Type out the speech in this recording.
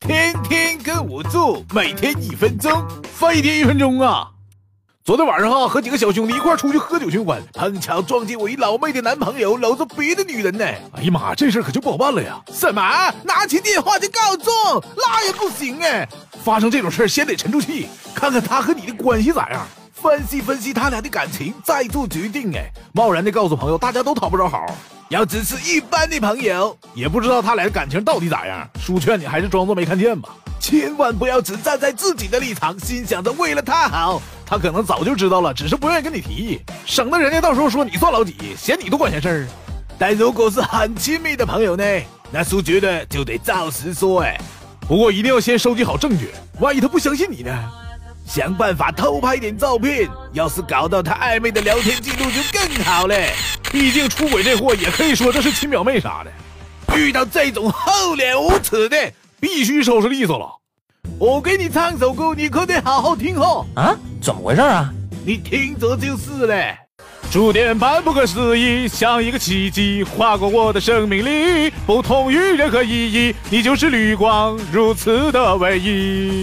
天跟我做，每天一分钟，非一天一分钟啊！昨天晚上啊哈、和几个小兄弟一块儿出去喝酒寻欢，碰巧撞见我一老妹的男朋友搂着别的女人呢。哎呀妈，这事儿可就不好办了呀！什么？拿起电话就告状，那也不行哎！发生这种事儿，先得沉住气，看看他和你的关系咋样，分析分析他俩的感情，再做决定。哎，贸然的告诉朋友，大家都讨不着好。要只是一般的朋友，也不知道他俩的感情到底咋样。叔劝你还是装作没看见吧，千万不要只站在自己的立场，心想着为了他好。他可能早就知道了，只是不愿意跟你提，省得人家到时候说你算老几，嫌你多管闲事儿。但如果是很亲密的朋友呢，那叔觉得就得照实说哎。不过一定要先收集好证据，万一他不相信你呢？想办法偷拍点照片，要是搞到他暧昧的聊天记录就更好了。毕竟出轨这货也可以说这是亲表妹啥的。遇到这种厚脸无耻的，必须收拾利索了。我给你唱首歌，你可得好好听哦。啊，怎么回事啊？你听着就是嘞。触电般不可思议，像一个奇迹，划过我的生命里，不同于任何意义，你就是绿光，如此的唯一。